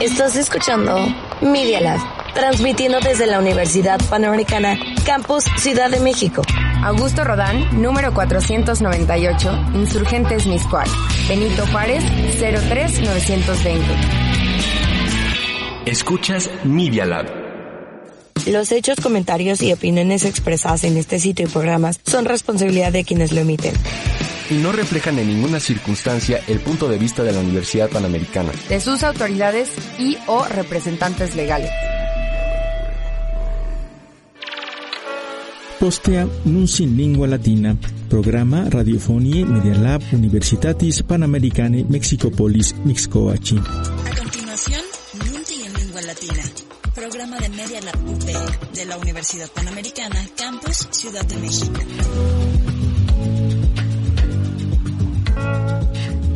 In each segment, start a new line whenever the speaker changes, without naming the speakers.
Estás escuchando Media Lab, transmitiendo desde la Universidad Panamericana, Campus Ciudad de México.
Augusto Rodán, número 498, Insurgentes Miscuac. Benito Juárez, 03920.
Escuchas Media Lab.
Los hechos, comentarios y opiniones expresadas en este sitio y programas son responsabilidad de quienes lo emiten.
Y no reflejan en ninguna circunstancia el punto de vista de la Universidad Panamericana.
De sus autoridades y o representantes legales.
Postea Nunci Lingua Latina, programa Radiofonie Media Lab Universitatis Panamericane Mexicopolis Mixcoachi.
A continuación, Nunti en Lingua Latina, programa de Media Lab UP de la Universidad Panamericana, Campus Ciudad de México.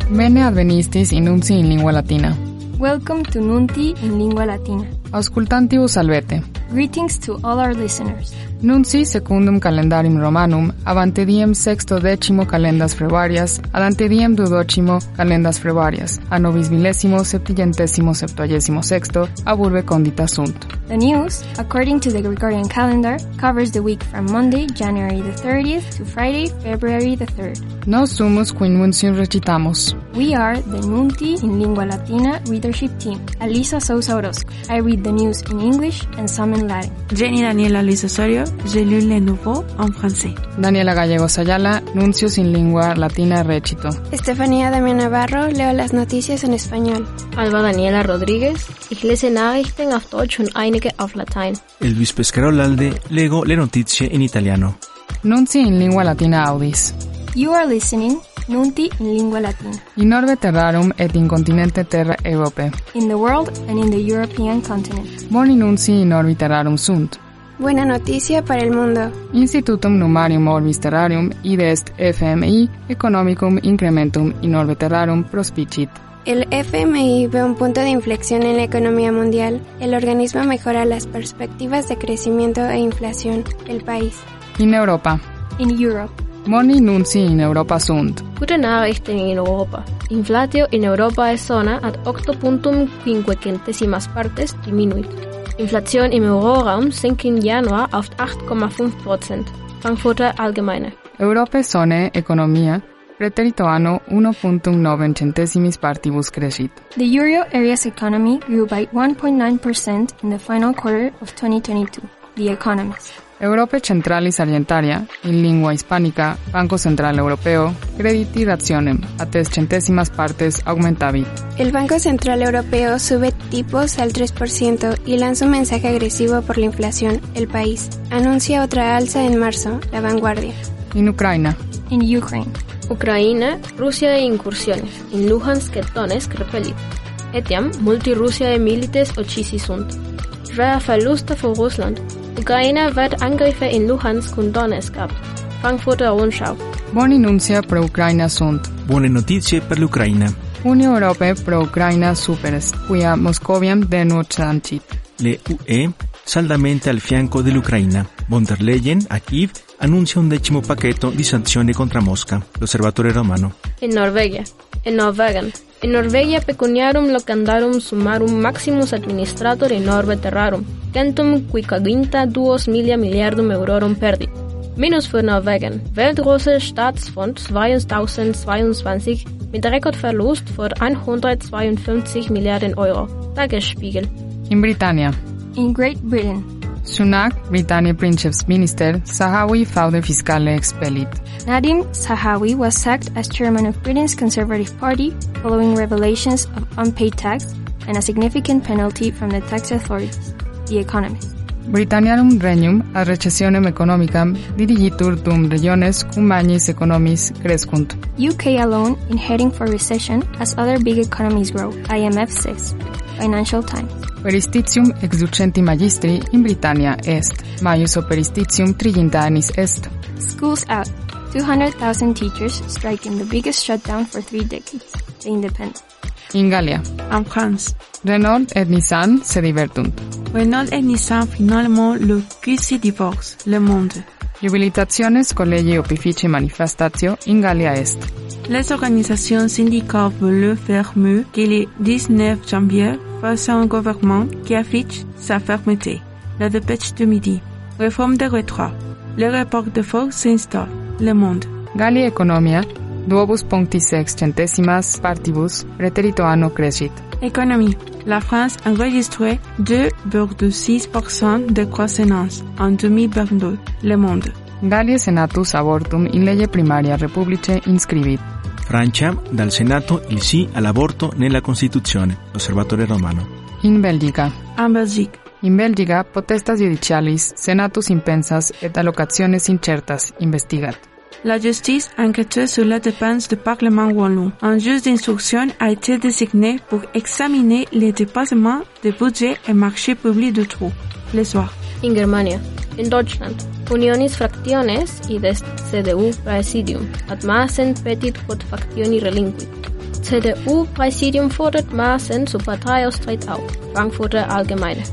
Bene advenistis in nunzi in lingua latina.
Welcome to Nunti in Lingua Latina.
Auscultantibus salvete.
Greetings to all our listeners.
Nunci secundum calendarium romanum, avante diem sexto decimo calendas frevarias, adante diem duodecimo calendas frevarias, a nobis millesimo septillentesimo septuagésimo sexto, a burbe condita sunt.
The news, according to the Gregorian calendar, covers the week from Monday, January the 30th to Friday, February the 3rd.
Nos sumus quin nuncium recitamus.
We are the Nunti in Lingua Latina readership team. Alisa Sousa Orozco. I read the news in English and some in Latin.
Jenny Daniela Luis Osorio, j'ai lu les nouveaux en français.
Daniela Gallegos Ayala, nuncius in lingua latina recito.
Estefanía Damián Navarro, leo las noticias en español.
Alba Daniela Rodríguez, ich lese Nachrichten auf Deutsch und einige auf Latein.
Elvis Pescaro Lalde, lego le notizie in italiano.
Nunci in lingua latina audis.
You are listening Nunti in Lingua Latina.
In orbe terrarum et in continente terra Europe.
In the world and in the European continent.
Boni nunci in orbe terrarum sunt.
Buena noticia para el mundo.
Institutum Numarium Orbis Terrarium id est FMI Economicum Incrementum in Orbe Terrarum prospicit.
El FMI ve un punto de inflexión en la economía mundial. El organismo mejora las perspectivas de crecimiento e inflación. El país.
In Europa.
In Europe.
Moni nunci in Europa sunt.
Gute Nachrichten in Europa. Inflatio in Europa es zona ad octopuntum quinquequentesimas partes diminuit. Inflation im Euroraum sinkt im Januar auf 8,5 Prozent. Frankfurter Allgemeine.
Europe zone economia preterito anno 1.9 centesimis partibus crescit.
The euro area's economy grew by 1.9% in the final quarter of 2022. The Economist.
Europa Centralis Argentaria, in lingua hispánica, Banco Central Europeo, crediti rationem, a tres centésimas partes aumentavit.
El Banco Central Europeo sube tipos al 3% y lanza un mensaje agresivo por la inflación. El país anuncia otra alza en marzo, la vanguardia.
In Ucrania.
In Ukraine.
Ucrania, Rusia e incursiones. In Luhansk et Donetsk repelit. Etiam, multi Rusia e milites ocisi sunt. Schwerer Verluste für Russland. Ukraine wird Angriffe in Luhansk und Donetsk ab. Frankfurter Rundschau.
Buone nunzia pro Ucraina sunt.
Buone notizie per l'Ucraina.
Unione Europea pro Ucraina superes, quia Moscoviam denunciancit.
Le UE saldamente al fianco dell'Ucraina. Von der Leyen a Kiev annuncia un decimo pacchetto di sanzioni contro Mosca, l'osservatore romano.
In Norvegia. In Norvegan. In Norvegia pecuniarum locandarum summarum maximus administrator in orbe terrarum, centum quicaginta duos milia miliardum eurorum perdit. Minus für Norwegen. Weltgroße Staatsfonds 2022 mit Rekordverlust von 152 Milliarden Euro. Tagesspiegel.
In Britannia.
In Great Britain.
Sunak, Britannia Princeps Minister, Sahawi faude fiscale expellit.
Nadim Sahawi was sacked as chairman of Britain's Conservative Party following revelations of unpaid tax and a significant penalty from the tax authorities. The Economist.
Britanniarum regnum ad recessionem economicam dirigitur dum regiones cum magnis economis crescunt.
UK alone in heading for recession as other big economies grow, IMF says. Financial Times.
Peristitium exducenti magistri in Britannia est, maius operistitium trigintanis est.
Schools out. 200,000 teachers striking the biggest shutdown for three decades. The Independent.
In Galia.
En France.
Renault et Nissan se divertunt.
Renault et Nissan finalement le qui se divorce, le monde.
Jubilitationes collegii opifici manifestatio in Galia est.
Les organisations syndicales veulent faire mieux que le 19 janvier face à un gouvernement qui affiche sa fermeté. La dépêche de midi. Réforme des retraites. Le rapport de force s'installe. Le monde.
Galia Economia, duobus punctis ex centesimas partibus, preterito anno crescit.
Économie. La France enregistré 2,6% de croissance en 2022. Le monde.
Galia Senatus abortum in lege primaria republice inscribit.
Francia dal Senato il sì all'aborto nella Costituzione, l'Osservatore Romano.
In Belgica.
En Belgique.
In Belgica, potestas judicialis, senatus impensas et allocaciones incertas, investigat.
La justice enquêteuse sur la dépense du Parlement wallon. Un juge d'instruction a été désigné pour examiner les dépassements des budgets et marchés publics de trop. Le soir.
In Germania. In Deutschland. Unionis fractiones y des CDU Präsidium ad maßen petit quod factioni relinquit. CDU Präsidium fordert maßen su Parteiaustritt auf. Frankfurter Allgemeine.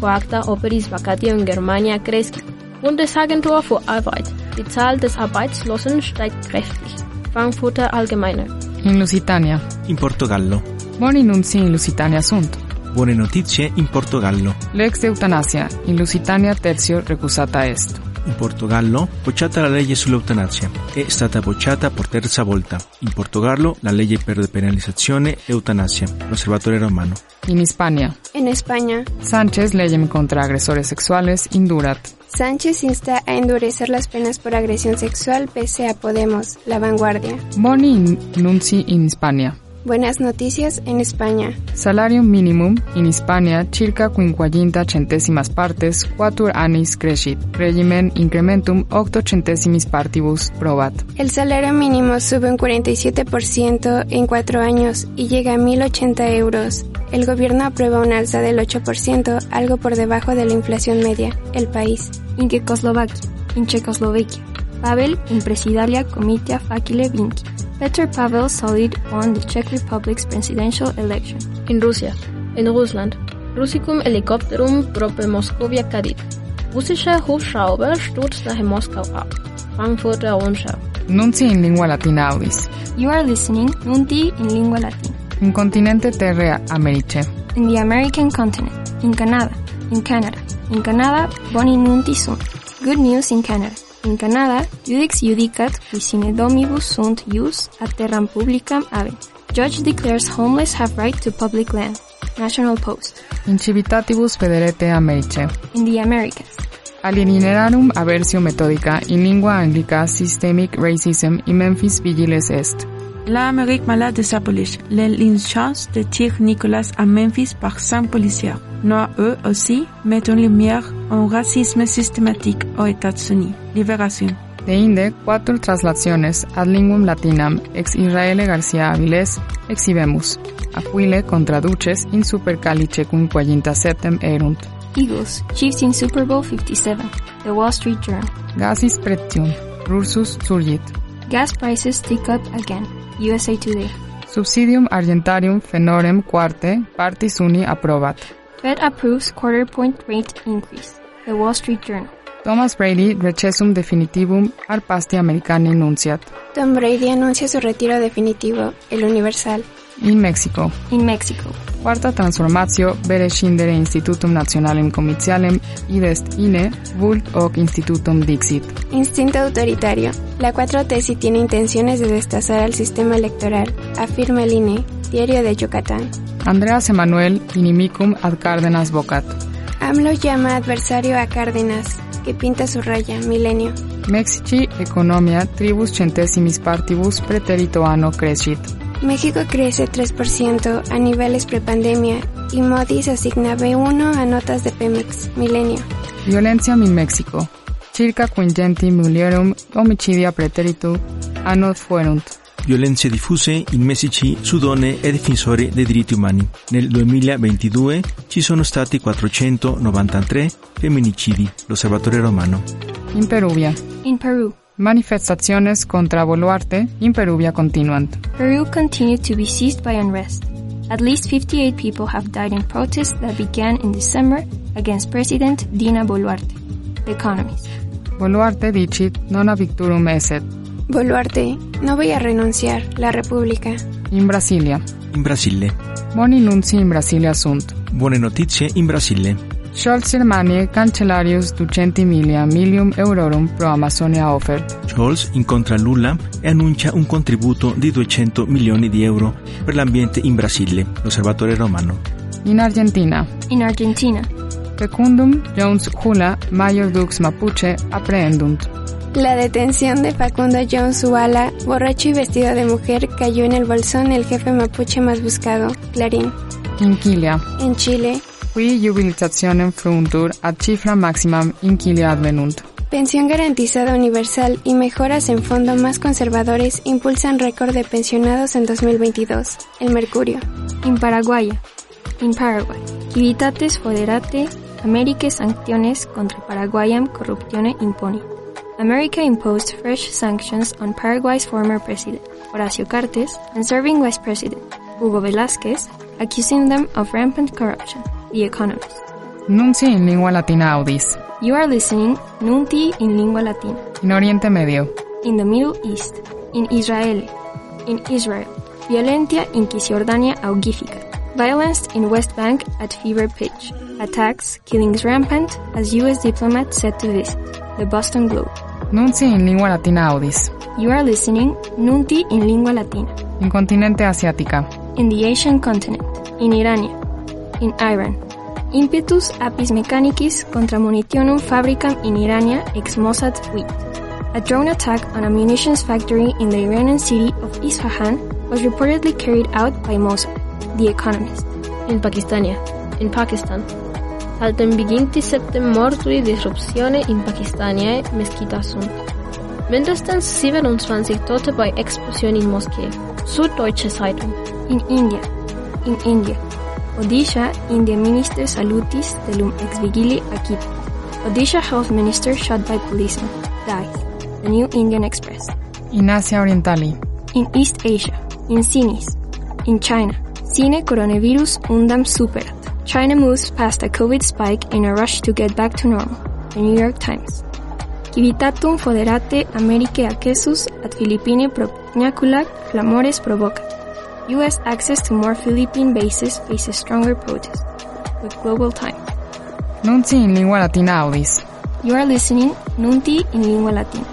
Coacta operis vacatio in Germania crescit. Bundesagentur für Arbeit. Die Zahl des Arbeitslosen steigt kräftig. Frankfurter Allgemeine.
In Lusitania.
In Portogallo.
Buoni nunzi in Lusitania sunt.
Buone notizie in Portogallo.
Lex de eutanasia in Lusitania tertio recusata est.
In Portogallo, bocciata la legge sull'eutanasia. È stata bocciata per terza volta. In Portogallo, la legge per depenalizzazione eutanasia. L'osservatore romano.
In Hispania.
En España,
Sánchez legem contra agresores sexuales indurat.
Sánchez insta a endurecer las penas por agresión sexual pese a Podemos, La Vanguardia.
Boni in nunci in Hispania.
Buenas noticias en España.
Salario minimum in Hispania circa quinquaginta centesimas partes quatur annis crescit. Regimen incrementum octo centesimis partibus probat.
El salario mínimo sube un 47% en cuatro años y llega a 1.080 euros. El gobierno aprueba un alza del 8%, algo por debajo de la inflación media. El país.
In Czechoslovakia. In Czechoslovakia. Pavel in Presidalia Comitia Fakile Vinci. Peter Pavel Solid won the Czech Republic's presidential election.
In Rusia. In Russland. Russicum Helicopterum prope Moscovia cadit. Russischer Hubschrauber stürzt nahe Moskau ab. Frankfurter Rundschau.
Nunci in lingua latina audis.
You are listening Mundi in Lingua Latina.
In continente terrea americe.
In the American continent. In Canada. In Canada. In Canada, Boni Nunti sunt. Good news in Canada. In Canada, Judex judicat qui sine domibus sunt jus ad terram publicam habent. Judge declares homeless have right to public land. National Post.
In civitatibus federete americe.
In the Americas.
Alienerarum aversio metodica in lingua anglica systemic racism in Memphis vigiles est.
L'Amérique malade s'abolit. Les lynchages de tir Nicolas à Memphis par cinq policiers. Noirs, eux aussi, mettent en lumière un racisme systématique aux États-Unis. Libération.
De inde quattro translaciones ad linguam latinam ex Israele García Avilés exhibemus. Aquile contraduces in supercalice quinquaginta septem erunt.
Eagles, Chiefs in Super Bowl 57. The Wall Street Journal.
Gasis pretium, rursus surgit.
Gas prices tick up again. USA Today.
Subsidium argentarium fenorem quarte partis uni approbat.
Fed approves quarter point rate increase. The Wall Street Journal.
Thomas Brady recessum definitivum ar pasti americani nunciat.
Tom Brady anuncia su retiro definitivo, el Universal.
In Mexico.
In Mexico.
Quarta transformatio bere scindere Institutum Nationalem Comitialem idest INE vult hoc Institutum Dixit.
Instinto autoritario. La 4T sí tiene intenciones de destazar al sistema electoral, afirma el INE, Diario de Yucatán.
Andreas Emanuel inimicum ad Cárdenas vocat.
AMLO llama adversario a Cárdenas, que pinta su raya, milenio.
Mexici economia tribus centesimis partibus preterito anno crescit.
México crece 3% a niveles prepandemia y Modis asigna B1 a notas de Pemex, Milenio.
Violencia en México. Circa quingenti mulierum homicidia preteritu anno fuerunt.
Violenze diffuse in mesi ci sudone e difensori dei diritti umani. Nel 2022 ci sono stati 493 femminicidi, l'Osservatorio Romano.
In Peruvia.
In Peru,
Manifestaciones contra Boluarte in Peruvia continuant.
Peru continued to be seized by unrest. At least 58 people have died in protests that began in December against President Dina Boluarte. The Economist.
Boluarte dicit nona victurum esset.
Boluarte, no voy a renunciar, la República.
In Brasilia.
In Brasile.
Boni nunci in Brasilia sunt.
Buone notizie in Brasile.
Scholz Germanie Cancellarius ducenti milia milium eurorum pro Amazonia offert.
Scholz incontra Lula e annuncia un contributo di 200 milioni di euro per l'ambiente in Brasile, l'Osservatore Romano.
In Argentina.
In Argentina,
Fecundum Jones Hula Major Dux Mapuche apprehendunt.
La detención de Facundo Jones Uala, borracho y vestido de mujer, cayó en el bolsón el jefe mapuche más buscado, Clarín.
Inquilia.
En Chile,
Qui jubilitationem fruuntur ad cifra maximam inquilia advenunt.
pensión garantizada universal y mejoras en fondo más conservadores impulsan récord de pensionados en 2022, el Mercurio.
in Paraguay, in Paraguay. Civitates foderate Americae sanctiones contra Paraguayam corruptione imponi. America imposed fresh sanctions on Paraguay's former president, Horacio Cartes, and serving vice president, Hugo Velázquez, accusing them of rampant corruption. The Economist.
Nunci in lingua latina audis.
You are listening Nunti in Lingua Latina.
In Oriente Medio.
in the Middle East, in Israel, in Israel, violentia in Cisjordania augifica, violence in West Bank at fever pitch, attacks, killings rampant as U.S. diplomats said to visit, the Boston Globe.
Nunci in lingua latina audis.
You are listening Nunti in Lingua Latina,
In continente asiática.
in the Asian continent, in Irania, in Iran. Impetus apis mechanicis contra munitionum fabricam in Irania ex Mossad wit. A drone attack on a munitions factory in the Iranian city of Isfahan was reportedly carried out by Mossad, The Economist.
in Pakistania, in Pakistan. Altem beginti septem mortui disruptione in Pakistaniae mesquita sunt. Mindestens 27 Tote bei Explosion in Moschee. Süddeutsche Zeitung.
In India, in India, Odisha India Minister salutis delum ex vigili acit. Odisha Health Minister shot by policeman, dies. The New Indian Express.
In Asia orientali.
in East Asia, in Cinis, in China. Cine coronavirus undam superat. China moves past a COVID spike in a rush to get back to normal. The New York Times. Civitatum foderate Americae accesus ad Philippine propagnacular clamores provocat. U.S. access to more Philippine bases faces stronger protest. With Global Times.
Nunci in lingua latina audis.
You are listening Nunti in Lingua Latina.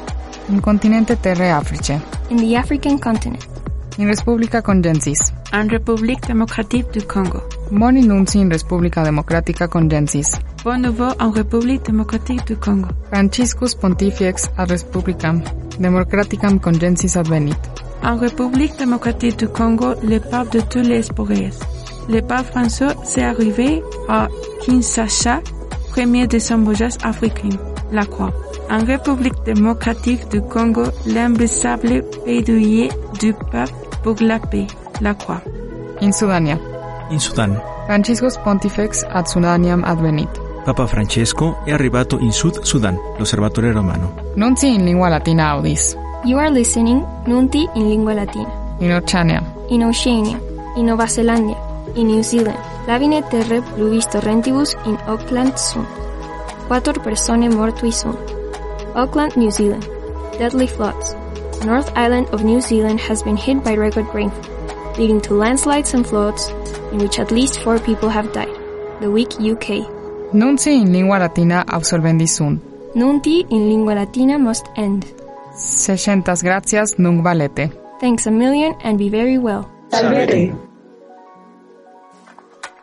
In continente terre africe.
In the African continent.
In República Congensis.
En République démocratique du Congo.
Moni nunci in República Democrática Congensis.
Bon nouveau en République démocratique du Congo.
Franciscus Pontifex ad Republicam Democraticam Congensis advenit.
En République démocratique du Congo, le pape de tous les Boréas. Le pape François s'est arrivé à Kinshasa, premier des embourgeois africains, la Croix. En République démocratique du Congo, l'imbécable pédouillé du peuple pour la paix, la Croix.
In Sudania.
In Sudan,
Franciscus Pontifex ad Sudaniam advenit.
Papa Francesco è arrivato in Sud Sudan, l'Osservatore Romano.
Nunci in lingua latina audis.
You are listening Nunti in Lingua Latina.
In Oceania.
in Oceania, in Nova Zelandia, in New Zealand. Lavine terre pluvis torrentibus in Auckland sunt. Quator persone mortui sunt. Auckland, New Zealand. Deadly floods. The North Island of New Zealand has been hit by record rainfall, leading to landslides and floods in which at least four people have died. The Week UK.
Nunci in lingua latina absolvendi sunt.
Nunti in lingua latina must end.
Sescentas gratias nunc valete.
Thanks a million and be very well.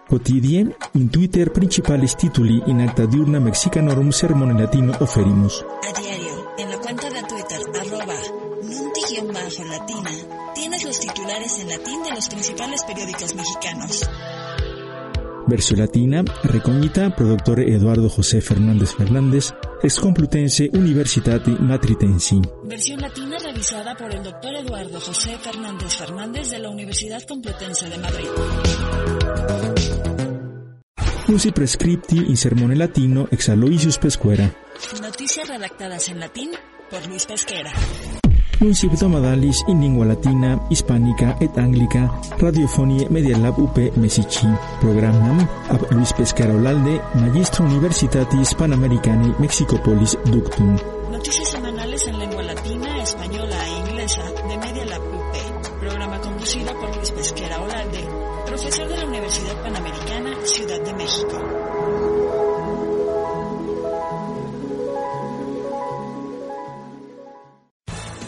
Quotidie in Twitter principales tituli in acta diurna mexicanorum sermone latino oferimus.
A diario, en la cuenta de Twitter, arroba, nunti-latina, tienes los titulares en latín de los principales periódicos mexicanos.
Versión Latina, Recoñita, productor Eduardo José Fernández Fernández, ex Complutense Universitate Matritensi.
Versión latina revisada por el doctor Eduardo José Fernández Fernández de la Universidad Complutense de Madrid.
Usi prescripti in sermone latino ex Aloysius Pescuera.
Noticias redactadas en latín por Luis Pesquera.
Nuncip domadalis in lingua latina, hispánica et anglica, radiofonie Media Lab UP Mesici, programam ab Luis Pescara Olalde, magistro universitatis panamericani Mexicopolis ductum.
Noticias semanales en lengua latina, española e inglesa de Media Lab UP. Programa conducido por Luis Pesquera Olalde, profesor de la Universidad Panamericana, Ciudad de México.